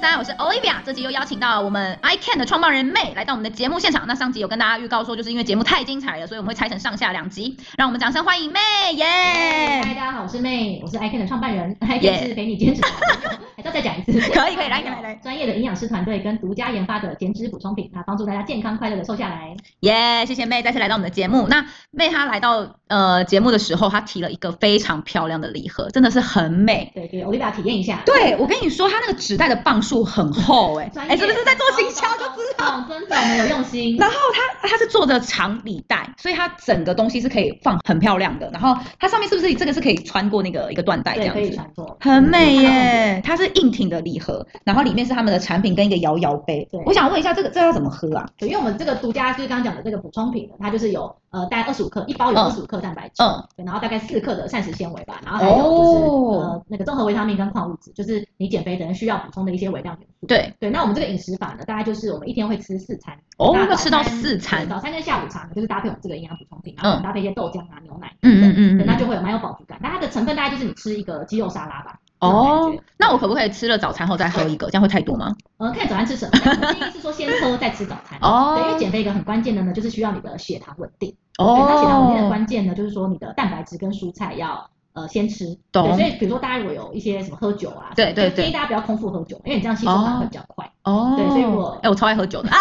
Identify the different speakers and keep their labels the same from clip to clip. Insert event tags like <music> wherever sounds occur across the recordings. Speaker 1: 三，我是 Olivia。这集又邀请到了我们 I Can 的创办人 May 来到我们的节目现场。那上集有跟大家预告说，就是因为节目太精彩了，所以我们会拆成上下两集。让我们掌声欢迎 May，耶、
Speaker 2: 嗨，大家好，我是妹，我是 ICAN 的创办人，ICAN
Speaker 1: Yeah
Speaker 2: 是陪你坚持的好朋友，还是要再讲一次？
Speaker 1: <laughs> 可以可以来来来
Speaker 2: 专业的营养师团队跟独家研发的减脂补充品，它帮助大家健康快乐的瘦下来。
Speaker 1: 耶谢谢 May 再次来到我们的节目。那 May 她来到呃节目的时候，她提了一个非常漂亮的礼盒，真的是很美。
Speaker 2: 对，给 Olivia 体验一下。
Speaker 1: 对，我跟你说，它那个纸袋的磅数很厚、哎
Speaker 2: 专
Speaker 1: 哎、
Speaker 2: 业，
Speaker 1: 是不是在做行销就知道？
Speaker 2: 道？懂真的，我们有用心。
Speaker 1: 然后它它是做的长礼袋，所以它整个东西是可以放很漂亮的。然后它上面是不是这个是可以穿过那个一个缎带这
Speaker 2: 对，
Speaker 1: 样
Speaker 2: 可以
Speaker 1: 子？
Speaker 2: 传播。
Speaker 1: 很美
Speaker 2: 嗯看
Speaker 1: 耶！它是硬挺的礼盒，然后里面是他们的产品跟一个摇摇杯
Speaker 2: 对。
Speaker 1: 我想问一下，这个这个要怎么喝啊？
Speaker 2: 对，因为我们这个独家就是刚刚讲的这个补充品呢，它就是有呃大概二十五克，一包有
Speaker 1: 嗯
Speaker 2: 二十五克蛋白质，
Speaker 1: 嗯，
Speaker 2: 对，然后大概四克的膳食纤维吧，然后还有就是、
Speaker 1: 哦
Speaker 2: 呃那个综合维他命跟矿物质，就是你减肥的人需要补充的一些微量元素。
Speaker 1: 对，
Speaker 2: 对，那我们这个饮食法呢，大概就是我们一天会吃四餐，
Speaker 1: 哦
Speaker 2: 那，
Speaker 1: 要
Speaker 2: 早
Speaker 1: 吃到
Speaker 2: 餐
Speaker 1: 四
Speaker 2: 对
Speaker 1: 餐，
Speaker 2: 早餐跟下午茶呢就是搭配我们这个营养补充品，然后我们搭配一些豆浆啊、牛奶，
Speaker 1: 嗯嗯嗯
Speaker 2: 对，那
Speaker 1: 嗯，
Speaker 2: 就会有蛮有饱足感。但它的成分大概就是你吃一个鸡肉沙拉吧。那种感
Speaker 1: 哦
Speaker 2: 觉，
Speaker 1: 那我可不可以吃了早餐后再喝一个？这样会太多吗？
Speaker 2: 呃，看早餐吃什么，但我们建议是说先喝再吃早餐。对，因为
Speaker 1: 哦
Speaker 2: 减肥一个很关键的呢，就是需要你的血糖稳定。对，它血糖稳定的
Speaker 1: 哦，
Speaker 2: 关键呢，就是说你的蛋白质跟蔬菜要呃先吃。
Speaker 1: 懂
Speaker 2: 对，所以比如说大家如果有一些什么喝酒啊，
Speaker 1: 对
Speaker 2: 什么的
Speaker 1: 对对
Speaker 2: 建议大家不要空腹喝酒，因为你这样吸收糖会比较快。
Speaker 1: 哦，
Speaker 2: 对所以我
Speaker 1: 哎，我超爱喝酒的啊，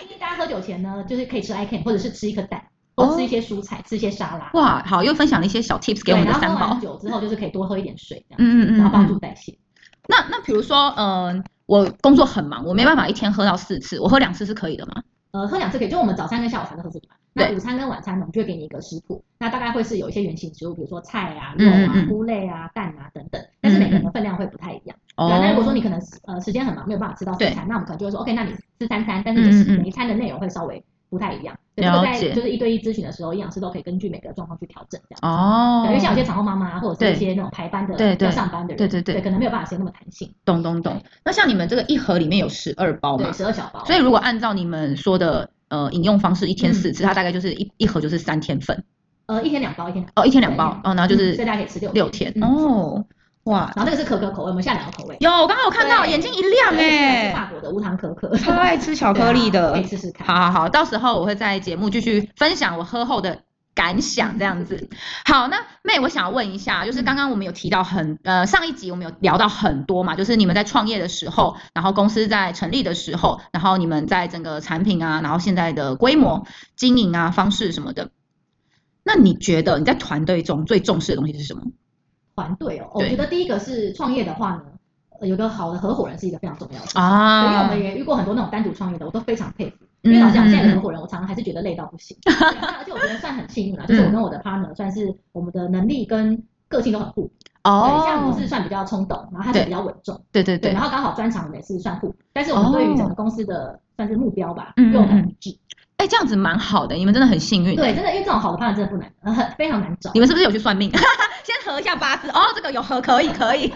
Speaker 2: 建议大家喝酒前呢，就是可以吃 ICAN，或者是吃一颗蛋，或
Speaker 1: 哦
Speaker 2: 吃一些蔬菜，吃一些沙拉。
Speaker 1: 哇，好，又分享了一些小 tips 给我们
Speaker 2: 对
Speaker 1: 的
Speaker 2: 然后
Speaker 1: 三
Speaker 2: 喝
Speaker 1: 宝
Speaker 2: 完，酒之后，就是可以多喝一点水，这样，
Speaker 1: 嗯嗯嗯，
Speaker 2: 然后帮
Speaker 1: 嗯
Speaker 2: 助代谢。
Speaker 1: 那那比如说，嗯、我工作很忙，我没办法一天喝到四次，我喝两次是可以的吗？
Speaker 2: 呃，喝两次可以，就我们早餐跟下午茶都喝这个嘛。
Speaker 1: 对
Speaker 2: 那午餐跟晚餐呢，我们就会给你一个食谱，那大概会是有一些原型食物，比如说菜啊、肉
Speaker 1: 嗯嗯
Speaker 2: 啊
Speaker 1: 嗯、
Speaker 2: 菇类啊、蛋啊等等，但是每个人的分量会不太一样。
Speaker 1: 哦
Speaker 2: 对啊，那如果说你可能呃时间很忙，没有办法吃到四
Speaker 1: 对
Speaker 2: 餐，那我们可能就会说，OK，那你吃三餐，但是你
Speaker 1: 嗯嗯嗯嗯
Speaker 2: 每一餐的内容会稍微不太一样。对，这个
Speaker 1: 了
Speaker 2: 在
Speaker 1: 解
Speaker 2: 就是一对一咨询的时候，营养师都可以根据每个状况去调整这样。
Speaker 1: 哦
Speaker 2: 对，因为像有些产后妈妈啊，或者是一些那种排班的、
Speaker 1: 对对
Speaker 2: 要上班的人，
Speaker 1: 对对对
Speaker 2: 可能没有办法时间那么弹性。
Speaker 1: 懂懂懂。那像你们这个一盒里面有十二包
Speaker 2: 对，
Speaker 1: 嘛，
Speaker 2: 十二小包。
Speaker 1: 哦所以如果按照你们说的呃饮用方式，一天
Speaker 2: 嗯
Speaker 1: 四次，它大概就是一一盒就是三天份，
Speaker 2: 呃，一天两包，一天两包，
Speaker 1: 哦，一天两包，哦，然后就
Speaker 2: 嗯所以
Speaker 1: 是
Speaker 2: 大家可以吃六
Speaker 1: 六天，
Speaker 2: 嗯
Speaker 1: 哦，哇，
Speaker 2: 然后那个是可可口味，我们下两个口味。
Speaker 1: 有，我刚刚有看到，
Speaker 2: 对
Speaker 1: 眼睛一亮
Speaker 2: 对
Speaker 1: 哎、
Speaker 2: 是法国的无糖可可，
Speaker 1: 超爱吃巧克力
Speaker 2: <laughs> 对啊
Speaker 1: 的
Speaker 2: 可以。试试看。
Speaker 1: 好好好，到时候我会在节目继续分享我喝后的感想，这样子。好，那妹，我想要问一下，就是刚刚我们有提到很呃上一集我们有聊到很多嘛，就是你们在创业的时候，然后公司在成立的时候，然后你们在整个产品啊，然后现在的规模、经营啊方式什么的。那你觉得你在团队中最重视的东西是什么？
Speaker 2: 团队哦，我
Speaker 1: 对
Speaker 2: 觉得第一个是创业的话呢，呃有个好的合伙人是一个非常重要的事情。对，因为我
Speaker 1: 啊
Speaker 2: 们也遇过很多那种单独创业的，我都非常佩服。因
Speaker 1: 嗯
Speaker 2: 为老实讲，现在的合伙人，我常常还是觉得累到不行。对 <laughs> 啊那而且我觉得算很幸运了，就是
Speaker 1: 嗯
Speaker 2: 我跟我的 partner 算是我们的能力跟个性都很互补。对，像我
Speaker 1: 哦，
Speaker 2: 是算比较冲动，然后他是
Speaker 1: 对
Speaker 2: 比较稳重。
Speaker 1: 对对
Speaker 2: 对，
Speaker 1: 对
Speaker 2: 然，后刚好专长我们也是算互补，但是我们对于整个公司的算是目标吧，
Speaker 1: 嗯嗯
Speaker 2: 又很一致。
Speaker 1: 哎，这样子蛮好的，你们真的很幸运。
Speaker 2: 对，真的，因为这种好的 partner 真的不难，呃很非常难找
Speaker 1: 你。们是不是有去算命？ <laughs> 先合一下八字哦，这个有合，可以可
Speaker 2: <laughs>
Speaker 1: 以。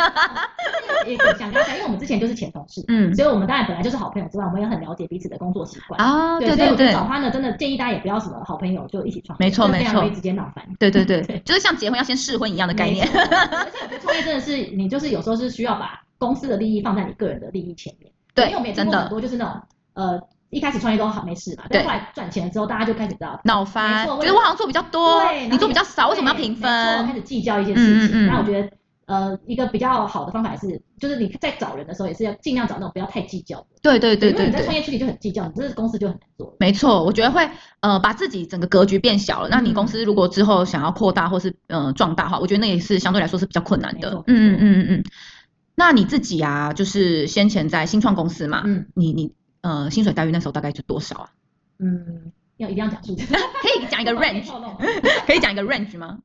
Speaker 2: 也想跟大家讲，因为我们之前就是前同事，
Speaker 1: 嗯
Speaker 2: 所以我们当然本来就是好朋友之外，我们也很了解彼此的工作习惯。
Speaker 1: 啊，对
Speaker 2: 所以
Speaker 1: 对
Speaker 2: 我觉得
Speaker 1: 对
Speaker 2: 找他呢，真的建议大家也不要什么好朋友就一起创业，
Speaker 1: 没错
Speaker 2: 这
Speaker 1: 没
Speaker 2: 样非常
Speaker 1: 错
Speaker 2: 容易直接闹翻。
Speaker 1: 对对对
Speaker 2: 对
Speaker 1: 对，就是像结婚要先试婚一样的概念
Speaker 2: 没。错。而且我觉得创业真的是，你就是有时候是需要把公司的利益放在你个人的利益前面。因
Speaker 1: 对
Speaker 2: 为我们也，听
Speaker 1: 真
Speaker 2: 过很
Speaker 1: 的
Speaker 2: 多就是那种呃，一开始创业都好没事嘛，
Speaker 1: 对
Speaker 2: 但后来赚钱了之后，大家就开始知道。
Speaker 1: 闹翻，
Speaker 2: 没错
Speaker 1: 觉得我好像做比较多
Speaker 2: 对，
Speaker 1: 你做比较少，为什么要
Speaker 2: 对
Speaker 1: 平
Speaker 2: 没错开
Speaker 1: 分？
Speaker 2: 始计较一些事情。
Speaker 1: 嗯嗯嗯
Speaker 2: 那我觉得，呃，一个比较好的方法是，就是你在找人的时候，也是要尽量找那种不要太计较的。
Speaker 1: 对对对
Speaker 2: 因为
Speaker 1: 对
Speaker 2: 你在创
Speaker 1: 对。
Speaker 2: 业初期就很计较，你这个公司就很难做。
Speaker 1: 没错，我觉得会呃把自己整个格局变小了。那你
Speaker 2: 嗯
Speaker 1: 公司如果之后想要扩大或是呃壮大的话，我觉得那也是相对来说是比较困难
Speaker 2: 没
Speaker 1: 的
Speaker 2: 错。
Speaker 1: 嗯嗯嗯嗯嗯。那你自己啊，就是先前在新创公司嘛，
Speaker 2: 嗯
Speaker 1: 你你呃薪水待遇那时候大概是多少啊？
Speaker 2: 嗯，要一定要讲数字，
Speaker 1: <laughs> 可以讲一个
Speaker 2: <laughs>
Speaker 1: range，可以讲一个 range 吗？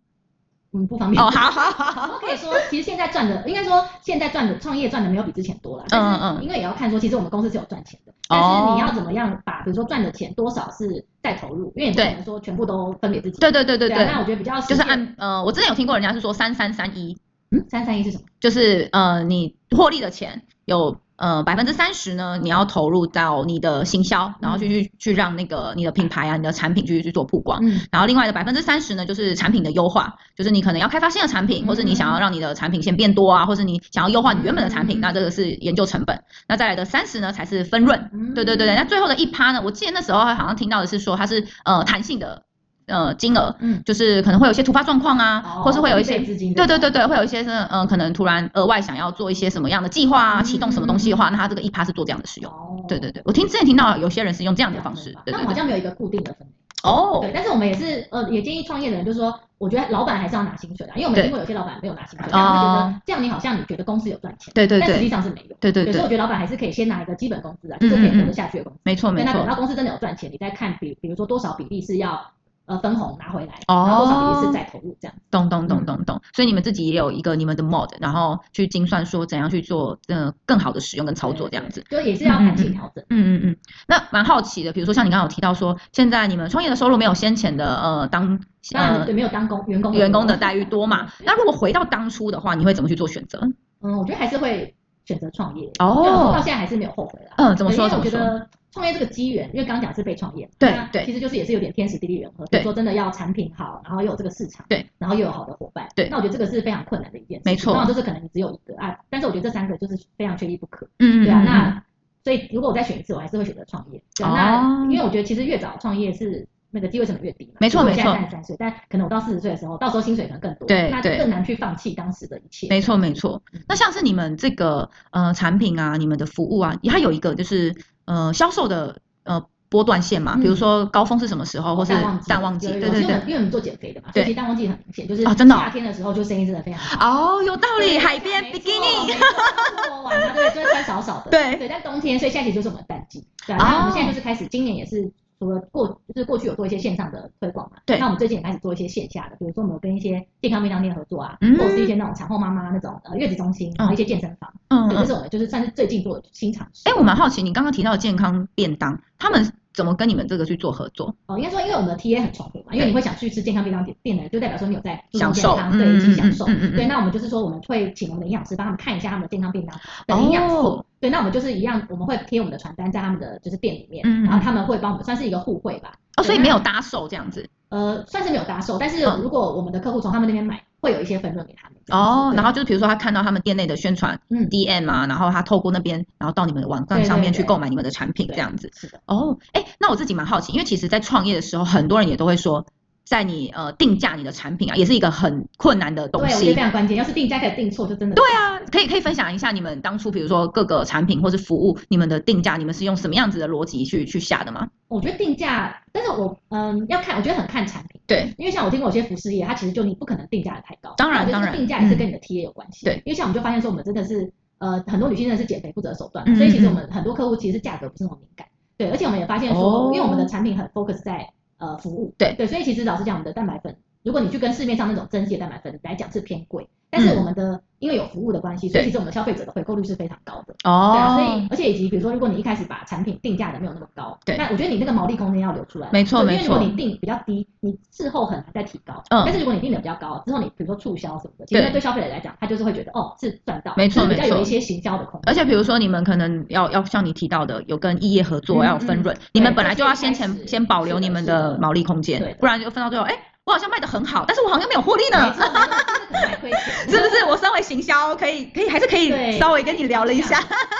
Speaker 2: 嗯，不方便。
Speaker 1: 哦，好好好好。
Speaker 2: 我可以说，其实现在赚的，应该说现在赚的创业赚的没有比之前多了，
Speaker 1: 嗯
Speaker 2: 但是因为也要看说，其实我们公司是有赚钱的，但
Speaker 1: 哦
Speaker 2: 是你要怎么样把，比如说赚的钱多少是再投入，因为你不可能说全部都分给自己。
Speaker 1: 对对对对
Speaker 2: 对啊那我
Speaker 1: 对，
Speaker 2: 觉得比较
Speaker 1: 就
Speaker 2: 实
Speaker 1: 是
Speaker 2: 际的
Speaker 1: 按呃，我之前有听过人家是说三三三一，
Speaker 2: 嗯三三一是什么？
Speaker 1: 就是呃你获利的钱有呃百分之三十呢，你要投入到你的行
Speaker 2: 嗯
Speaker 1: 销，然后去去去让那个你的品牌啊、你的产品去去做曝光。
Speaker 2: 嗯
Speaker 1: 然后另外的百分之三十呢，就是产品的优化，就是你可能要开发新的产
Speaker 2: 嗯
Speaker 1: 品，或是你想要让你的产品线变多啊，或是你想要优化你原本的产
Speaker 2: 嗯
Speaker 1: 品，那这个是研究成本。那再来的三十呢，才是分润。
Speaker 2: 嗯
Speaker 1: 对对对对，那最后的一趴呢，我记得那时候好像听到的是说它是呃弹性的呃金额，
Speaker 2: 嗯，
Speaker 1: 就是可能会有一些突发状况啊，
Speaker 2: 哦
Speaker 1: 或是会有一些
Speaker 2: 浪费资金
Speaker 1: 对对对对，会有一些是嗯、呃可能突然额外想要做一些什么样的计划啊，
Speaker 2: 嗯
Speaker 1: 启动什么东西的话，那它这个一趴是做这样的使用。
Speaker 2: 哦，
Speaker 1: 对对对，我听之前听到有些人是用这
Speaker 2: 这
Speaker 1: 样的方式，对对
Speaker 2: 那我们好
Speaker 1: 对。
Speaker 2: 像没有一个固定的分类。
Speaker 1: 哦
Speaker 2: 对，，但是我们也是呃，也建议创业的人，就是说，我觉得老板还是要拿薪水的，因为我们
Speaker 1: 对
Speaker 2: 听过有些老板没有拿薪水，然后会觉
Speaker 1: 哦
Speaker 2: 得这样你好像你觉得公司有赚钱，
Speaker 1: 对对
Speaker 2: 但实际
Speaker 1: 对
Speaker 2: 上是没有。
Speaker 1: 对对
Speaker 2: 所以我
Speaker 1: 对，
Speaker 2: 觉得老板还是可以先拿一个基本工资啊，就是可以活得下去的工资。
Speaker 1: 没错没
Speaker 2: 但他等
Speaker 1: 错。
Speaker 2: 到公司真的有赚钱，你再看比比如说多少比例是要呃分红拿回来，
Speaker 1: 哦
Speaker 2: 然后多少比例是再投入这样。
Speaker 1: 懂懂懂懂懂，所以你们自己也有一个你们的 mod，然后去精算说怎样去做呃更好的使用跟操作这样子。
Speaker 2: 对，就也是要弹性调整。
Speaker 1: 嗯嗯嗯，那蛮好奇的，比如说像你刚刚有提到说，现在你们创业的收入没有先前的呃当
Speaker 2: 当然，
Speaker 1: 呃
Speaker 2: 对没有当工员工
Speaker 1: 员工的待遇多嘛，那如果回到当初的话，你会怎么去做选择？
Speaker 2: 嗯，我觉得还是会选择创业。
Speaker 1: 哦
Speaker 2: 对我到现在还是没有后悔啦。
Speaker 1: 嗯，怎么说
Speaker 2: 对
Speaker 1: 怎
Speaker 2: 因
Speaker 1: 么
Speaker 2: 为我觉
Speaker 1: 说？
Speaker 2: 得创业这个机缘，因为刚刚讲是被创业嘛，
Speaker 1: 对
Speaker 2: 那
Speaker 1: 对
Speaker 2: 其实就是也是有点天时地利人和。比
Speaker 1: 对
Speaker 2: 如说真的要产品好，然后又有这个市场，
Speaker 1: 对，
Speaker 2: 然后又有好的伙伴，
Speaker 1: 对
Speaker 2: 那我觉得这个是非常困难的一件事情。
Speaker 1: 没错
Speaker 2: 通常就是可能你只有一个啊，但是我觉得这三个就是非常缺一不可。
Speaker 1: 嗯
Speaker 2: 对啊，
Speaker 1: 嗯嗯
Speaker 2: 那所以如果我再选一次，我还是会选择创业。对啊，
Speaker 1: 哦
Speaker 2: 那因为我觉得其实越早创业是那个机会成本越低嘛。
Speaker 1: 没错
Speaker 2: 就是我现
Speaker 1: 没
Speaker 2: 在
Speaker 1: 错
Speaker 2: 三十三岁，但可能我到四十岁的时候，到时候薪水可能更多，
Speaker 1: 对
Speaker 2: 那
Speaker 1: 对
Speaker 2: 更难去放弃当时的一切。
Speaker 1: 没错没错
Speaker 2: 嗯。
Speaker 1: 那像是你们这个呃产品啊，你们的服务啊，它有一个就是呃销售的呃波段线嘛，
Speaker 2: 嗯
Speaker 1: 比如说高峰是什么时候，或是
Speaker 2: 淡旺季，
Speaker 1: 淡旺季，
Speaker 2: 有有
Speaker 1: 对对
Speaker 2: 有因为
Speaker 1: 对
Speaker 2: 我们。因为我们做减肥的嘛，所
Speaker 1: 对
Speaker 2: 以其实淡旺季很明显，就是
Speaker 1: 啊真的哦
Speaker 2: 夏天的时候就生意真的非常好。
Speaker 1: 哦，有道理，
Speaker 2: 对
Speaker 1: 海边
Speaker 2: 没错
Speaker 1: bikini，
Speaker 2: 没错出国玩啊，对，就会穿少少的。
Speaker 1: 对
Speaker 2: 对，但冬天，所以夏季就是我们的淡季。对啊，
Speaker 1: 哦
Speaker 2: 那我们现在就是开始，今年也是除了过，就是过去有做一些线上的推广嘛，
Speaker 1: 对
Speaker 2: 那我们最近也开始做一些线下的，比如说我们有跟一些健康便当店合作啊，
Speaker 1: 嗯
Speaker 2: 或者是一些那种产后妈妈那种呃月子中心，然后一些健身房，
Speaker 1: 嗯
Speaker 2: 对，这
Speaker 1: 嗯。
Speaker 2: 是我们就是算是最近做的新尝试。
Speaker 1: 哎，我蛮好奇，你刚刚提到健康便当，他们怎么跟你们这个去做合作？
Speaker 2: 哦，应该说，因为我们的 TA 很重合嘛，因为你会想去吃健康便当店的，就代表说你有在注
Speaker 1: 享
Speaker 2: 重
Speaker 1: 受
Speaker 2: 健康，
Speaker 1: 嗯
Speaker 2: 对，以及
Speaker 1: 嗯
Speaker 2: 享
Speaker 1: 嗯
Speaker 2: 受。
Speaker 1: 嗯嗯嗯
Speaker 2: 对，那我们就是说，我们会请我们的营养师帮他们看一下他们的健康便当的营养素。
Speaker 1: 哦
Speaker 2: 对，那我们就是一样，我们会贴我们的传单在他们的就是店里面，
Speaker 1: 嗯嗯嗯
Speaker 2: 然后他们会帮我们算是一个互惠吧。
Speaker 1: 哦，所以没有搭售这样子
Speaker 2: 呃，算是没有搭售，但是
Speaker 1: 嗯
Speaker 2: 如果我们的客户从他们那边买，会有一些分润给他们。
Speaker 1: 哦。
Speaker 2: 对啊
Speaker 1: 然后就是比如说他看到他们店内的宣传
Speaker 2: 嗯，
Speaker 1: DM 啊，然后他透过那边，然后到你们的网站
Speaker 2: 对对
Speaker 1: 上面去
Speaker 2: 对
Speaker 1: 购买你们的产品
Speaker 2: 对
Speaker 1: 这样子。
Speaker 2: 是的，
Speaker 1: 哦，哎，那我自己蛮好奇，因为其实，在创业的时候，很多人也都会说，在你呃定价你的产品啊，也是一个很困难的
Speaker 2: 对，
Speaker 1: 东
Speaker 2: 我觉得
Speaker 1: 西
Speaker 2: 非。常关键，要是定价可以定错，就真的
Speaker 1: 对啊，可以可以分享一下你们当初，比如说各个产品或是服务，你们的定价，你们是用什么样子的逻辑去去下的吗？
Speaker 2: 我觉得定价，但是我嗯要看，我觉得很看产品。
Speaker 1: 对，
Speaker 2: 因为像我听过有些服饰业，它其实就你不可能定价的太高。
Speaker 1: 当然
Speaker 2: 我觉得这
Speaker 1: 当
Speaker 2: 个
Speaker 1: 然嗯
Speaker 2: 定价也是跟你的 TA 有关系。
Speaker 1: 对，
Speaker 2: 因为像我们就发现说，我们真的是呃很多女性真的是减肥不择手段，
Speaker 1: 嗯
Speaker 2: 所以其实我们很多客户其实价格不是那么敏感。对，而且我们也发现说，
Speaker 1: 哦
Speaker 2: 因为我们的产品很 focus 在呃服务。
Speaker 1: 对
Speaker 2: 对，所以其实老实讲，我们的蛋白粉，如果你去跟市面上那种针剂的蛋白粉来讲是偏贵，但是
Speaker 1: 嗯
Speaker 2: 我们的、因为有服务的关系，所以
Speaker 1: 对
Speaker 2: 其实我们消费者的回购率是非常高的。对啊，所以
Speaker 1: 哦，
Speaker 2: 而且以及比如说，如果你一开始把产品定价的没有那么高，
Speaker 1: 对
Speaker 2: 那我觉得你那个毛利空间要留出来，
Speaker 1: 没错
Speaker 2: 对因为
Speaker 1: 没错
Speaker 2: 如果你定比较低，你事后很难再提高，
Speaker 1: 嗯
Speaker 2: 但是如果你定的比较高，之后你比如说促销什么的，其实
Speaker 1: 对
Speaker 2: 对消费者来讲，他就是会觉得哦是赚到，
Speaker 1: 没错
Speaker 2: 就是比
Speaker 1: 没
Speaker 2: 较
Speaker 1: 错
Speaker 2: 有一些行销的空间，
Speaker 1: 而且比如说你们可能要要像你提到的，有跟异业合作，
Speaker 2: 嗯
Speaker 1: 要有分
Speaker 2: 嗯
Speaker 1: 润，你们
Speaker 2: 对
Speaker 1: 本来
Speaker 2: 这
Speaker 1: 就是要
Speaker 2: 一
Speaker 1: 先
Speaker 2: 开
Speaker 1: 前
Speaker 2: 始
Speaker 1: 先保
Speaker 2: 是
Speaker 1: 留
Speaker 2: 的
Speaker 1: 你们
Speaker 2: 是
Speaker 1: 的
Speaker 2: 的
Speaker 1: 毛利空
Speaker 2: 对
Speaker 1: 间
Speaker 2: 的，
Speaker 1: 不然就分到最后，哎，我好像卖的很好，但是我好像没有获利
Speaker 2: 没
Speaker 1: 呢。
Speaker 2: 错，没错就是可能还亏钱，
Speaker 1: <laughs> 是不是？我身为行销，可以可以还是可以
Speaker 2: 对
Speaker 1: 稍微跟你聊了一下。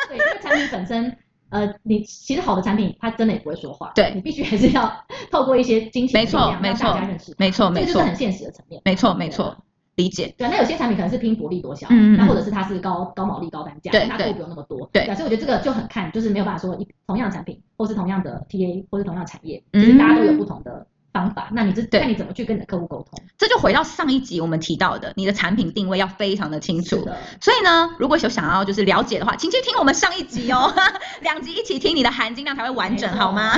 Speaker 2: 对，啊这个产品本身。呃，你其实好的产品，它真的也不会说话。
Speaker 1: 对
Speaker 2: 你必须还是要透过一些金钱
Speaker 1: 没
Speaker 2: 的
Speaker 1: 错
Speaker 2: 力量
Speaker 1: 没
Speaker 2: 让
Speaker 1: 错
Speaker 2: 大家认识它。
Speaker 1: 没错，
Speaker 2: 这
Speaker 1: 没
Speaker 2: 个就是
Speaker 1: 错，
Speaker 2: 很现啊实的层面。
Speaker 1: 没错，没错，理解。
Speaker 2: 对，那有些产品可能是拼薄利多销，
Speaker 1: 嗯嗯嗯
Speaker 2: 那或者是它是高高毛利高单价，
Speaker 1: 对
Speaker 2: 它
Speaker 1: 对
Speaker 2: 货不用那么多，
Speaker 1: 对
Speaker 2: 啊所以我觉得这个就很看，就是没有办法说一同样的产品，或是同样的 TA，或是同样的产业，
Speaker 1: 嗯
Speaker 2: 其实大家都有不同的方法，那你这
Speaker 1: 对
Speaker 2: 看你怎么去跟你的客户沟通，
Speaker 1: 这就回到上一集我们提到的，你的产品定位要非常的清
Speaker 2: 是
Speaker 1: 楚。
Speaker 2: 的，
Speaker 1: 所以呢，如果有想要就是了解的话，请去听我们上一集哦， <laughs> 两集一起听，你的含金量才会完整，
Speaker 2: 没错
Speaker 1: 好吗？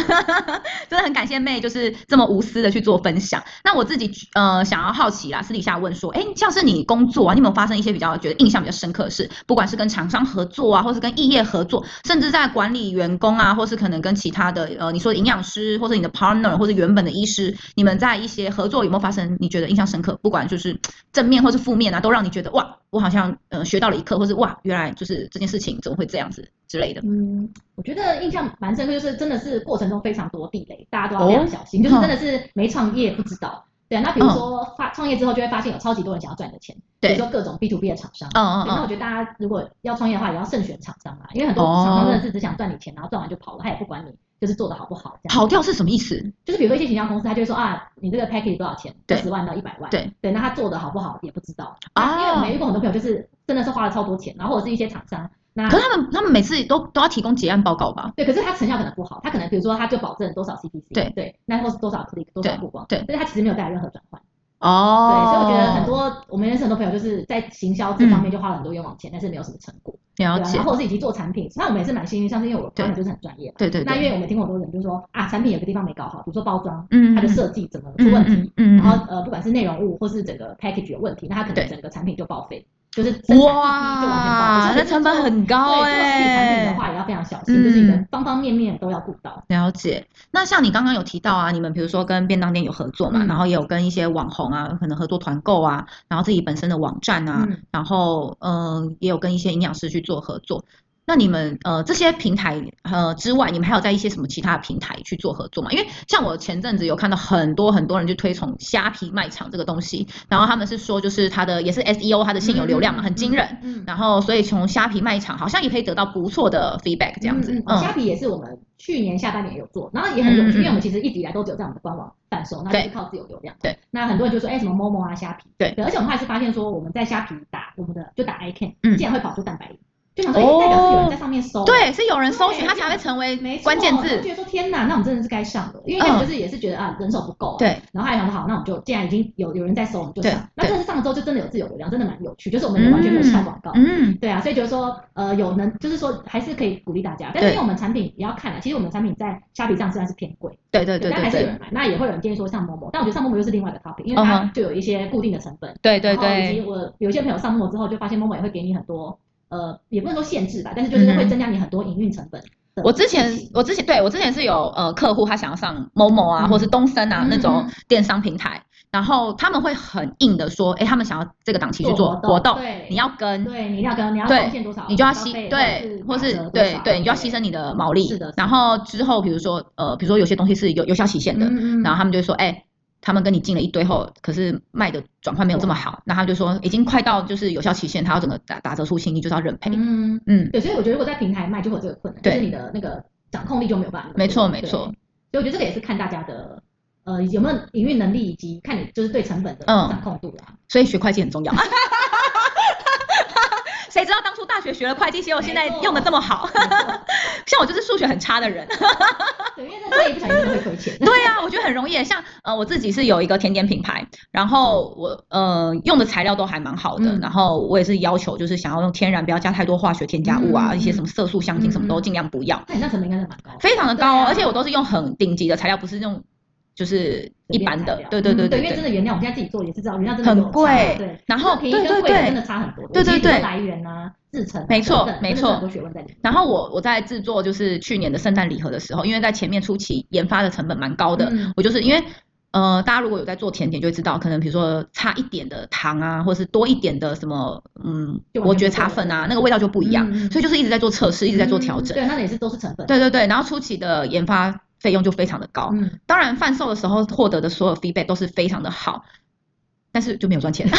Speaker 1: 真的很感谢妹，就是这么无私的去做分享。那我自己呃想要好奇啦，私底下问说，哎，像是你工作啊，你有没有发生一些比较觉得印象比较深刻的事？不管是跟厂商合作啊，或是跟异业合作，甚至在管理员工啊，或是可能跟其他的呃，你说的营养师，或是你的 partner，或是原本的医师师，你们在一些合作有没有发生你觉得印象深刻？不管就是正面或是负面啊，都让你觉得哇，我好像呃学到了一课，或是哇，原来就是这件事情怎么会这样子之类的。
Speaker 2: 嗯，我觉得印象蛮深刻，就是真的是过程中非常多地雷，大家都要非
Speaker 1: 哦
Speaker 2: 常小心，就是真的是没创业不知道。对，那比如说发创业之后，就会发现有超级多人想要赚你的钱，比如说各种 B to B 的厂商。
Speaker 1: 嗯嗯
Speaker 2: 那我觉得大家如果要创业的话，也要慎选厂商啊，因为很多
Speaker 1: 哦
Speaker 2: 厂商真的是只想赚你钱，然后赚完就跑了，他也不管你就是做的好不好。这样
Speaker 1: 跑掉是什么意思？
Speaker 2: 就是比如说一些行销公司，他就会说啊，你这个 package 多少钱？二十万到一百万。
Speaker 1: 对哦
Speaker 2: 对，那他做的好不好也不知道啊，因为我们遇过很多朋友，就是真的是花了超多钱，然后或者是一些厂商。那
Speaker 1: 可是他们他们每次都都要提供结案报告吧？
Speaker 2: 对，可是他成效可能不好，他可能比如说他就保证多少 CPC，
Speaker 1: 对
Speaker 2: 对，那或是多少 click 多少曝光，
Speaker 1: 对，
Speaker 2: 但是他其实没有带来任何转换。
Speaker 1: 哦，
Speaker 2: 对，所以我觉得很多我们认识很多朋友就是在行销这
Speaker 1: 嗯
Speaker 2: 方面就花了很多冤枉钱，但是没有什么成果。
Speaker 1: 了
Speaker 2: 对啊
Speaker 1: 解
Speaker 2: 然，后或者是以及做产品，那我们也是蛮幸运，像是因为我朋友就是很专业嘛。
Speaker 1: 对对
Speaker 2: 那因
Speaker 1: 对，
Speaker 2: 为我们听过很多人就说啊，产品有个地方没搞好，比如说包装，
Speaker 1: 嗯
Speaker 2: 它的
Speaker 1: 嗯
Speaker 2: 设计怎么出
Speaker 1: 嗯
Speaker 2: 问
Speaker 1: 嗯
Speaker 2: 题，
Speaker 1: 嗯嗯，
Speaker 2: 然后呃，不管是内容物或是整个 package 有问题，那它可
Speaker 1: 对
Speaker 2: 能整个产品就报废，就是生产一批就完全报
Speaker 1: 哇，
Speaker 2: 废。所以
Speaker 1: 那
Speaker 2: 就是
Speaker 1: 成本
Speaker 2: 做
Speaker 1: 很高
Speaker 2: 对，做细产品
Speaker 1: 哎、
Speaker 2: 的话也要非常小心，就是你的
Speaker 1: 嗯
Speaker 2: 方方面面都要顾到。
Speaker 1: 了解。那像你刚刚有提到啊，你们比如说跟便当店有合作嘛，
Speaker 2: 嗯
Speaker 1: 然后也有跟一些网红啊，可能合作团购啊，然后自己本身的网站啊，
Speaker 2: 嗯
Speaker 1: 然后呃也有跟一些营养师去做合作。那你们呃这些平台呃之外，你们还有在一些什么其他的平台去做合作吗？因为像我前阵子有看到很多很多人就推崇虾皮卖场这个东西，然后他们是说就是它的也是 SEO 它的现有流量嘛，很惊人，
Speaker 2: 嗯，嗯，
Speaker 1: 然后所以从虾皮卖场好像也可以得到不错的 feedback 这样子，
Speaker 2: 嗯，嗯
Speaker 1: 嗯
Speaker 2: 虾皮也是我们去年下半年有做，然后也很有趣，
Speaker 1: 嗯嗯嗯
Speaker 2: 因为我们其实一直以来都只有在我们的官网贩售，那就是靠自有流量。
Speaker 1: 对，
Speaker 2: 那很多人就说，哎，什么 Momo 啊，虾皮。
Speaker 1: 对
Speaker 2: 而且我们还是发现说，我们在虾皮打我们的就打 iCan，
Speaker 1: 嗯
Speaker 2: 竟然会跑出蛋白饮，就想说，
Speaker 1: 哦
Speaker 2: 哎，代表是有人在上面搜。。
Speaker 1: 对，是有人搜寻，
Speaker 2: 对
Speaker 1: 它才会成为
Speaker 2: 没错，
Speaker 1: 关键
Speaker 2: 我就
Speaker 1: 字。
Speaker 2: 觉得说天哪，那我们真的是该上的，因为
Speaker 1: 嗯
Speaker 2: 那个就是也是觉得啊人手不够、啊，
Speaker 1: 对，
Speaker 2: 然后还想说好，那我们就既然已经有有人在搜，我们就
Speaker 1: 对
Speaker 2: 上。那
Speaker 1: 对
Speaker 2: 真的是上了之后，就真的有自有流量，真的蛮有趣，就是我们也完全没有下广告，
Speaker 1: 嗯，
Speaker 2: 对啊，所以就是说，呃，有能就是说还是可以鼓励大家，但是
Speaker 1: 对
Speaker 2: 因为我们产品也要看啊，其实我们产品在虾皮上虽然是偏贵，
Speaker 1: 对对对
Speaker 2: 但
Speaker 1: 对
Speaker 2: 还是有
Speaker 1: 对
Speaker 2: 人买，那也会有人建议说上某某，但我觉得上某某又是另外一个 topic，因为
Speaker 1: 嗯
Speaker 2: 它就有一些固定的成本，
Speaker 1: 对对
Speaker 2: 然后以
Speaker 1: 对，
Speaker 2: 及哦我有一些朋友上陌之后就发现陌陌也会给你很多，呃，也不能说限制吧，但是就是
Speaker 1: 嗯
Speaker 2: 会
Speaker 1: 哼
Speaker 2: 增加你很多营运成本的
Speaker 1: 我之前
Speaker 2: 事情
Speaker 1: 我之前对我之前是有呃客户他想要上某某啊，
Speaker 2: 嗯
Speaker 1: 或是东森啊
Speaker 2: 嗯
Speaker 1: 那种
Speaker 2: 嗯
Speaker 1: 电商平台，然后他们会很硬的说，哎，他们想要这个档期去做活动，
Speaker 2: 对，
Speaker 1: 你要跟，
Speaker 2: 对，你一定要跟你要
Speaker 1: 对
Speaker 2: 贡献多少，
Speaker 1: 你就要
Speaker 2: 消
Speaker 1: 牺
Speaker 2: 费呃
Speaker 1: 对，或是
Speaker 2: 打折多
Speaker 1: 对
Speaker 2: 少
Speaker 1: 对，你就要牺牲你的毛利
Speaker 2: 是的是。的
Speaker 1: 然后之后比如说呃，比如说有些东西是有有效期限的，
Speaker 2: 嗯嗯
Speaker 1: 然后他们就说，哎、他们跟你进了一堆后，可是卖的转换没有这么好，那他们就说已经快到就是有效期限，他要整个打打折出新，你就是要认赔。
Speaker 2: 嗯，
Speaker 1: 嗯，
Speaker 2: 对，所以我觉得如果在平台卖就会有这个困难，就
Speaker 1: 对
Speaker 2: 是你的那个掌控力就没有办法那么多。
Speaker 1: 没错没
Speaker 2: 对
Speaker 1: 错，
Speaker 2: 所以我觉得这个也是看大家的呃有没有营运能力，以及看你就是对成本的
Speaker 1: 嗯
Speaker 2: 掌控度啦。
Speaker 1: <laughs> 所以学会计很重要。谁知道当初大学学了会计，结果现在用的这么好？
Speaker 2: 没错
Speaker 1: 像我就是数学很差的人。
Speaker 2: 对，因为这个一不小心就会亏 <laughs> 钱。
Speaker 1: 对啊，我觉得很容易。像呃，我自己是有一个甜点品牌，然后我呃用的材料都还蛮好的，
Speaker 2: 嗯
Speaker 1: 然后我也是要求就是想要用天然，不要加太多化学添加物啊，
Speaker 2: 嗯嗯
Speaker 1: 一些什么色素、香精什么都
Speaker 2: 嗯嗯
Speaker 1: 尽量不要。
Speaker 2: 那你那成本应该是蛮高的。
Speaker 1: 非常的高、
Speaker 2: 对
Speaker 1: 哦，
Speaker 2: 啊
Speaker 1: 而且我都是用很顶级的材料，不是用就是一般的
Speaker 2: 随便材料。
Speaker 1: 对对对
Speaker 2: 嗯对，因为
Speaker 1: 对
Speaker 2: 真
Speaker 1: 对。
Speaker 2: 的原料，我们现在自己做也是知道，原料真的有
Speaker 1: 很贵
Speaker 2: 差对，
Speaker 1: 然后
Speaker 2: 便宜
Speaker 1: 对对
Speaker 2: 跟贵的
Speaker 1: 对
Speaker 2: 真的差很多，
Speaker 1: 对对
Speaker 2: 其实很多
Speaker 1: 对
Speaker 2: 来源啊、制成啊
Speaker 1: 没错
Speaker 2: 等等
Speaker 1: 没
Speaker 2: 真的是
Speaker 1: 错
Speaker 2: 很多学问在里面。
Speaker 1: 然后我我在制作就是去年的圣诞礼盒的时候，因为在前面初期研发的成本蛮高的，
Speaker 2: 嗯
Speaker 1: 我就是因为呃大家如果有在做甜点就会知道，可能比如说差一点的糖啊，或是多一点的什么嗯
Speaker 2: 就完全
Speaker 1: 伯爵茶粉啊，那个味道就不一样，
Speaker 2: 嗯嗯
Speaker 1: 所以就是一直在做测试，一直在做调
Speaker 2: 嗯
Speaker 1: 整。
Speaker 2: 对，那也是都是成本。
Speaker 1: 对对对，然后初期的研发费用就非常的高，
Speaker 2: 嗯，
Speaker 1: 当然，贩售的时候获得的所有 feedback 都是非常的好，但是就没有赚
Speaker 2: <laughs>
Speaker 1: 钱。
Speaker 2: 对，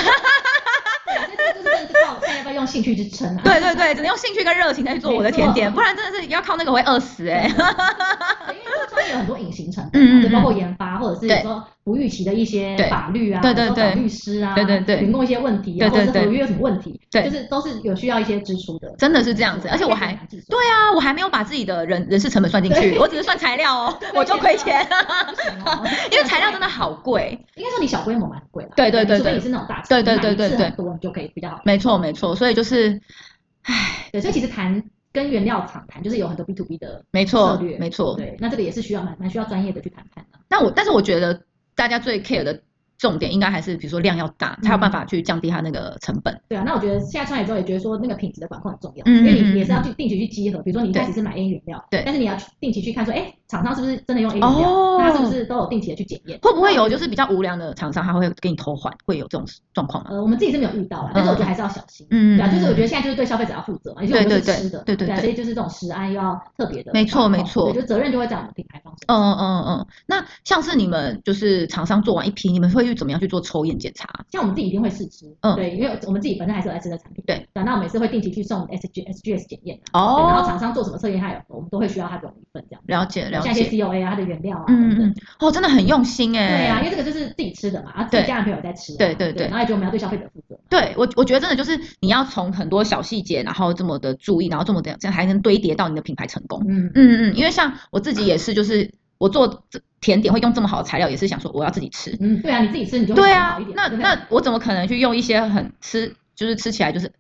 Speaker 2: 所以这个就是真的是靠看要不要用兴趣去撑啊。
Speaker 1: 对对对，只能用兴趣跟热情再去做我的甜点，
Speaker 2: 没
Speaker 1: 不
Speaker 2: 错
Speaker 1: 然真的是要靠那个我会饿死
Speaker 2: <laughs>
Speaker 1: 哎、
Speaker 2: 对，因为这个创业有很多隐形成
Speaker 1: 嗯
Speaker 2: 本
Speaker 1: 嗯
Speaker 2: 嘛，
Speaker 1: 嗯
Speaker 2: 就包括研发或者是
Speaker 1: 对
Speaker 2: 有时候不预期的一些
Speaker 1: 对
Speaker 2: 法律啊，
Speaker 1: 对对
Speaker 2: 有时候找
Speaker 1: 对
Speaker 2: 律师啊，
Speaker 1: 对对对
Speaker 2: 员工一些问题
Speaker 1: 对对
Speaker 2: 啊，或者
Speaker 1: 对
Speaker 2: 是合约有什么问题，
Speaker 1: 对
Speaker 2: 就是都是有需要一些支出的，
Speaker 1: <laughs> 真的是这样子。而且我还
Speaker 2: 对
Speaker 1: 对啊，我还没有把自己的人人事成本算进去，
Speaker 2: 对
Speaker 1: 我只是算材料
Speaker 2: <laughs>
Speaker 1: 哦，我就亏钱，啊 <laughs> 因为材料真的，好贵。
Speaker 2: 应该说你小规模蛮贵的，
Speaker 1: 对对对
Speaker 2: 除非
Speaker 1: 对
Speaker 2: 你是那种大企
Speaker 1: 对
Speaker 2: 业，
Speaker 1: 对对对
Speaker 2: 你买一次
Speaker 1: 对
Speaker 2: 很多你就可以比较好，
Speaker 1: 没错没错，所以就是
Speaker 2: 对，所以其实谈跟原料厂谈，就是有很多 B to B 的
Speaker 1: 没错
Speaker 2: 策略，
Speaker 1: 没错。
Speaker 2: 对，那这个也是需要蛮蛮需要专业的去谈判的，
Speaker 1: 但我但是我觉得大家最 care 的重点应该还是比如说量要大，才有办法
Speaker 2: 嗯
Speaker 1: 去降低它那个成本。
Speaker 2: 对啊，那我觉得现在创业之后也觉得说那个品质的管控很重要，
Speaker 1: 嗯
Speaker 2: 因为
Speaker 1: 嗯嗯
Speaker 2: 你也是要去定期去集合，比如说你一开始是买 A 原料，
Speaker 1: 对
Speaker 2: 但是你要去定期去看说，哎，厂商是不是真的用 A 原料，
Speaker 1: 哦
Speaker 2: 那它是不是都有定期的去检验？
Speaker 1: 会不会有就是比较无良的厂商，他会给你偷换，会有这种状况吗？
Speaker 2: 呃，我们自己是没有遇到啦，但是我觉得还是要小心。
Speaker 1: 嗯，
Speaker 2: 对啊，就是我觉得现在就是对消费者要负责嘛，因为我们
Speaker 1: 对
Speaker 2: 是
Speaker 1: 对
Speaker 2: 吃的，
Speaker 1: 对对
Speaker 2: 啊，
Speaker 1: 对
Speaker 2: 所以就是这种食安又要特别的，
Speaker 1: 没错没错
Speaker 2: 对，就责任就会在我们品牌方身上。
Speaker 1: 嗯嗯嗯嗯，那像是你们就是厂商做完一批，你们会去怎么样去做抽验检查？
Speaker 2: 像我们自己一定会试吃，
Speaker 1: 嗯
Speaker 2: 对，因为我们自己本身还是有在吃的产品，啊
Speaker 1: 对，
Speaker 2: 那我们也是会定期去送 SG SGS 检验啊，对，然后
Speaker 1: 哦，
Speaker 2: 厂商做什么测验，它有我们都会需要它的一份这样，
Speaker 1: 了解了
Speaker 2: 像一些
Speaker 1: 解，
Speaker 2: COA 啊，它的原料啊，
Speaker 1: 嗯
Speaker 2: 等等
Speaker 1: 嗯，哦，真的很用心哎。
Speaker 2: 对啊，因为这个就是自己吃的嘛，啊，自
Speaker 1: 对
Speaker 2: 己家人朋友在吃啊，
Speaker 1: 对对对
Speaker 2: 然后也觉得我们要对消费者负责，
Speaker 1: 对我，我觉得真的就是你要从很多小细节，然后这么的注意，然后这么的这样才能堆叠到你的品牌成功。
Speaker 2: 嗯，
Speaker 1: 嗯嗯，因为像我自己也是，就是我做这甜点会用这么好的材料，也是想说我要自己吃。
Speaker 2: 嗯，对啊，你自己吃你就会
Speaker 1: 对
Speaker 2: 好
Speaker 1: 啊
Speaker 2: 一，点
Speaker 1: 那
Speaker 2: 对不对
Speaker 1: 那我怎么可能去用一些很吃，就是吃起来就是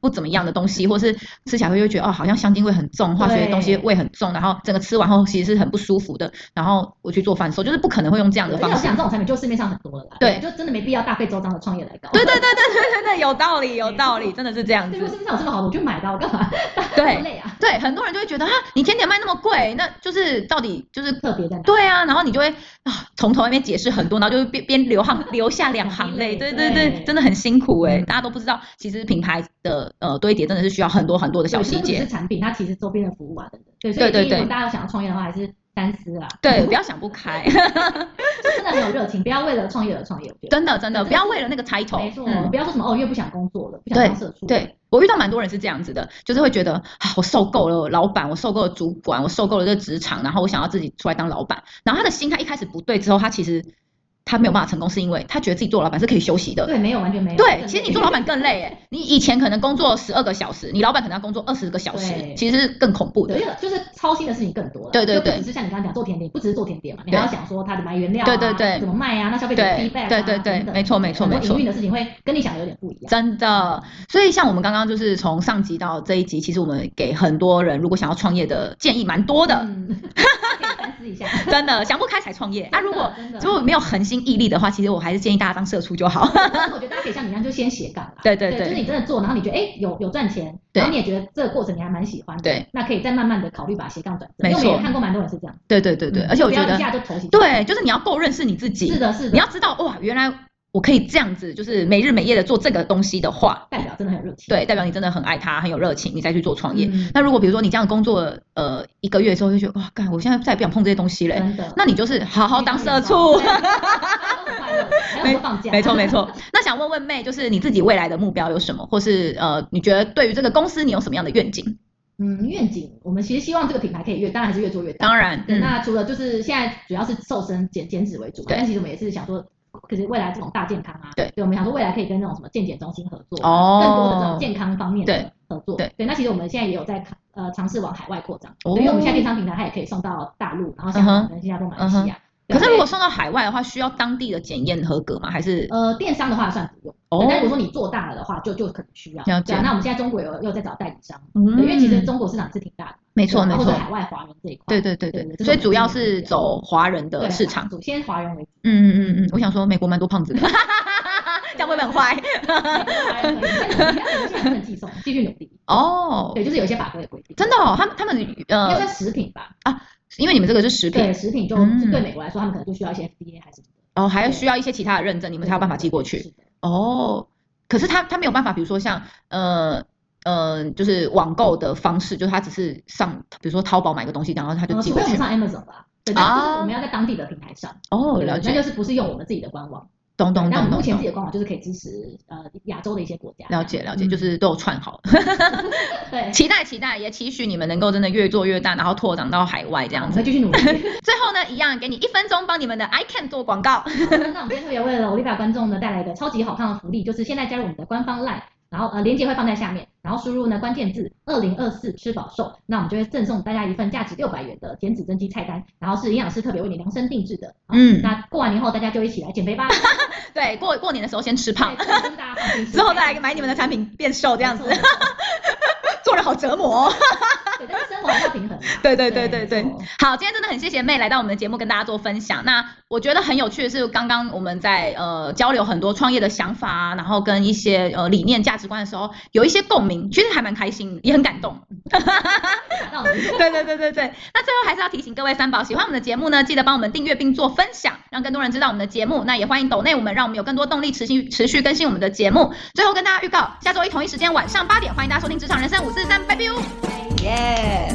Speaker 1: 不怎么样的东西，或是吃起来会觉得哦，好像香精味很重，化学的东西
Speaker 2: 对
Speaker 1: 味很重，然后整个吃完后其实是很不舒服的，然后我去做贩售，就是不可能会用这样的
Speaker 2: 对
Speaker 1: 方
Speaker 2: 因为我
Speaker 1: 式。
Speaker 2: 想这种产品就市面上很多了啦，
Speaker 1: 对
Speaker 2: 就真的没必要大费周章的创业来搞，
Speaker 1: 对对对对对对对，有道理有道理，真的是这样
Speaker 2: 对，
Speaker 1: 子
Speaker 2: 如。果市面上有这么好的，我就买到，我干嘛 <laughs>
Speaker 1: 对
Speaker 2: 这么累啊？
Speaker 1: 对，很多人就会觉得啊，你甜点卖那么贵，那就是到底就是
Speaker 2: 特别在哪？
Speaker 1: 对啊，然后你就会啊从头那边解释很多，然后就会边边流汗流下两行泪，对对对，
Speaker 2: 对
Speaker 1: 真的很辛苦哎、
Speaker 2: 嗯
Speaker 1: 大家都不知道，其实品牌的呃堆叠真的是需要很多很多的小
Speaker 2: 对
Speaker 1: 细
Speaker 2: 这不只
Speaker 1: 节
Speaker 2: 是，产品，它其实周边的服务啊等等。对，所
Speaker 1: 对
Speaker 2: 以
Speaker 1: 对
Speaker 2: 建议如
Speaker 1: 对
Speaker 2: 果大家有想要创业的话，还是三思啦。
Speaker 1: 对，不要想不开，
Speaker 2: <laughs>
Speaker 1: <laughs>
Speaker 2: 就真的很有热情，不要为了创业而创业。我觉得
Speaker 1: 真的真的，
Speaker 2: 对
Speaker 1: 不要为了那个 title，
Speaker 2: 没错，
Speaker 1: 嗯
Speaker 2: 不要说什么哦，因为不想工作了，不想当社畜。
Speaker 1: 对我遇到蛮多人是这样子的，就是会觉得啊，我受够了老板，我受够了主管，我受够了这个职场，然后我想要自己出来当老板。然后他的心态一开始不对，之后他其实他没有办法成功，是因为他觉得自己做老板是可以休息的。
Speaker 2: 对，没有，完全没有。
Speaker 1: 对，其实你做老板更累诶，你以前可能工作十二个小时，你老板可能要工作二十个小时
Speaker 2: 对，
Speaker 1: 其实是更恐怖的
Speaker 2: 对，。因为就是操心的事情更多了。
Speaker 1: 对对对
Speaker 2: 就不只是像你刚刚讲做甜点，不只是做甜点嘛，你还要想说它的买原料啊，
Speaker 1: 对对对
Speaker 2: 怎么卖啊，那消费者的
Speaker 1: 对
Speaker 2: feedback 啊，
Speaker 1: 对对对
Speaker 2: 等，等
Speaker 1: 没错没错
Speaker 2: 很
Speaker 1: 没
Speaker 2: 多
Speaker 1: 错
Speaker 2: 营。运的事情会跟你想的有点不一样。
Speaker 1: 真的，所以像我们刚刚就是从上集到这一集，其实我们给很多人如果想要创业的建议蛮多的，
Speaker 2: 嗯，
Speaker 1: <laughs>
Speaker 2: 可以反思一下。
Speaker 1: 真的想不开才创业啊。如果
Speaker 2: 真的，
Speaker 1: 如果没有恒心毅力的话，其实我还是建议大家当社畜就好。
Speaker 2: 但是我觉得大家可以像你一样，就先斜杠啦。
Speaker 1: 对对对
Speaker 2: 就是你真的做，然后你觉得哎、有有赚钱，
Speaker 1: 对
Speaker 2: 然后你也觉得这个过程你还蛮喜欢的，
Speaker 1: 对，
Speaker 2: 那可以再慢慢的考虑把斜杠转
Speaker 1: 没
Speaker 2: 正。因为我们
Speaker 1: 错
Speaker 2: 也看过蛮多人是这样，
Speaker 1: <laughs> 对对对对，
Speaker 2: 嗯
Speaker 1: 而且我觉
Speaker 2: 不要
Speaker 1: 得
Speaker 2: 一，下就投进去，
Speaker 1: 对，就是你要够认识你自
Speaker 2: 是
Speaker 1: 己，
Speaker 2: 的，是的，
Speaker 1: 你要知道哇，原来我可以这样子，就是每日每夜的做这个东西的话，
Speaker 2: 代表真的很有热情，
Speaker 1: 对，代表你真的很爱它，很有热情，你再去做创业。
Speaker 2: 嗯
Speaker 1: 那如果比如说你这样工作呃一个月之后，就觉得哇，干，我现在再也不想碰这些东西嘞，
Speaker 2: 真的，
Speaker 1: 那你就是好好当社畜。
Speaker 2: 对都很快乐还有很多放
Speaker 1: <laughs>
Speaker 2: 假，
Speaker 1: 没错没
Speaker 2: <laughs>
Speaker 1: 错。那想问问妹，就是你自己未来的目标有什么，或是呃，你觉得对于这个公司你有什么样的愿景？
Speaker 2: 嗯，愿景，我们其实希望这个品牌可以越，当然还是越做越大。
Speaker 1: 当然，
Speaker 2: 对，
Speaker 1: 嗯，
Speaker 2: 那除了就是现在主要是瘦身减减脂为主嘛，
Speaker 1: 对
Speaker 2: 但其实我们也是想说，可是未来这种大健康啊，
Speaker 1: 对
Speaker 2: 我们想说未来可以跟那种什么健检中心合作啊，
Speaker 1: 哦
Speaker 2: 更多的这种健康方面
Speaker 1: 对
Speaker 2: 的合作，
Speaker 1: 对
Speaker 2: 那其实我们现在也有在看呃尝试往海外扩张，
Speaker 1: 哦
Speaker 2: 对因为我们现在电商平台它也可以送到大陆，然后香
Speaker 1: 嗯
Speaker 2: 港跟新加坡、马来西亚。对
Speaker 1: 可是如果
Speaker 2: 所以
Speaker 1: 送到海外的话，需要当地的检验合格吗？还是
Speaker 2: 呃电商的话算不用，
Speaker 1: 哦
Speaker 2: 对但如果说你做大了的话，就就可能需要。
Speaker 1: 了解
Speaker 2: 对啊，那我们现在中国有又在找代理商，
Speaker 1: 嗯
Speaker 2: 对，因为其实中国市场是挺大的，
Speaker 1: 没错
Speaker 2: 对
Speaker 1: 没
Speaker 2: 啊或
Speaker 1: 错
Speaker 2: 者，海外华人这一块，
Speaker 1: 对对对对
Speaker 2: 对，对
Speaker 1: 所以
Speaker 2: 这是
Speaker 1: 主
Speaker 2: 我们
Speaker 1: 要
Speaker 2: 今年
Speaker 1: 是
Speaker 2: 的目标
Speaker 1: 走华人的
Speaker 2: 对啊
Speaker 1: 市场。
Speaker 2: 首先华人为主。
Speaker 1: 啊嗯嗯嗯嗯，我想说美国蛮多胖子的， <laughs> 这样会不会很
Speaker 2: <laughs>
Speaker 1: 坏？
Speaker 2: 不能寄送，继续努力。
Speaker 1: 哦，
Speaker 2: 对，就是有一些法规的规定，
Speaker 1: 真的哦，他们他们
Speaker 2: 应该
Speaker 1: 呃，
Speaker 2: 算食品吧？
Speaker 1: 因为你们这个是食
Speaker 2: 对，
Speaker 1: 品，
Speaker 2: 食品就
Speaker 1: 嗯
Speaker 2: 就对美国来说，他们可能就需要一些 FDA 还是什么的，
Speaker 1: 哦，还
Speaker 2: 对
Speaker 1: 需要一些其他的认证，你
Speaker 2: 你
Speaker 1: 们才有办法寄过去。。哦，可是他他没有办法，比如说像呃呃，就是网购的方式，就是他只是上，比如说淘宝买个东西，然后他就
Speaker 2: 呃，
Speaker 1: 寄
Speaker 2: 除
Speaker 1: 过
Speaker 2: 非我
Speaker 1: 去
Speaker 2: 们。上 Amazon 吧。对，但是就是我们要在当地的平台上，
Speaker 1: 哦，
Speaker 2: 对
Speaker 1: 了
Speaker 2: 那
Speaker 1: 解，
Speaker 2: 就是不是用我们自己的官网。
Speaker 1: 懂懂
Speaker 2: 那
Speaker 1: 懂
Speaker 2: 我们目
Speaker 1: 懂
Speaker 2: 前
Speaker 1: 懂
Speaker 2: 自己。的官网就是可以支持呃亚洲的一些国家。
Speaker 1: 了解了解，
Speaker 2: 嗯
Speaker 1: 就是都有串好，
Speaker 2: <laughs>
Speaker 1: <laughs>
Speaker 2: 对，
Speaker 1: 期待期待，也期许你们能够真的越做越大，然后拓展到海外这
Speaker 2: 我
Speaker 1: 样
Speaker 2: 们
Speaker 1: 子
Speaker 2: 会。继续努力。
Speaker 1: 最后呢，一样给你一分钟帮你们的 I Can 做广告。
Speaker 2: <laughs> 那我们今天特别为了 Oliva 观众呢带来一个超级好看的福利，就是现在加入我们的官方 LINE，然后呃链接会放在下面，然后输入呢关键字“二零二四吃饱瘦”，那我们就会赠送大家一份价值六百元的减脂增肌菜单，然后是营养师特别为你量身定制的。好
Speaker 1: 嗯
Speaker 2: 那过完年后大家就一起来减肥吧，
Speaker 1: <laughs> 对，过过年的时候先吃胖，
Speaker 2: 对跟大家放心吃
Speaker 1: 之后
Speaker 2: 嗯
Speaker 1: 再来买你们的产品变瘦，这样子
Speaker 2: 没错没错
Speaker 1: <laughs> 做人好折磨哦。
Speaker 2: 对，但是生活要平衡。啊
Speaker 1: <laughs> 对对对对对
Speaker 2: 没错，
Speaker 1: 好，今天真的很谢谢妹来到我们的节目跟大家做分享。那我觉得很有趣的是，刚刚我们在呃交流很多创业的想法啊，然后跟一些呃理念、价值观的时候，有一些共鸣，其实还蛮开心，也很感动。
Speaker 2: 那我们
Speaker 1: <laughs> 对对对对对。那最后还是要提醒各位三宝，喜欢我们的节目呢，记得帮我们订阅并做分享，让更多人知道我们的节目。那也欢迎抖内我们，让我们有更多动力持续持续更新我们的节目。最后跟大家预告，下周一同一时间晚上八点，欢迎大家收听《职场人生五四三》，拜拜哦。耶、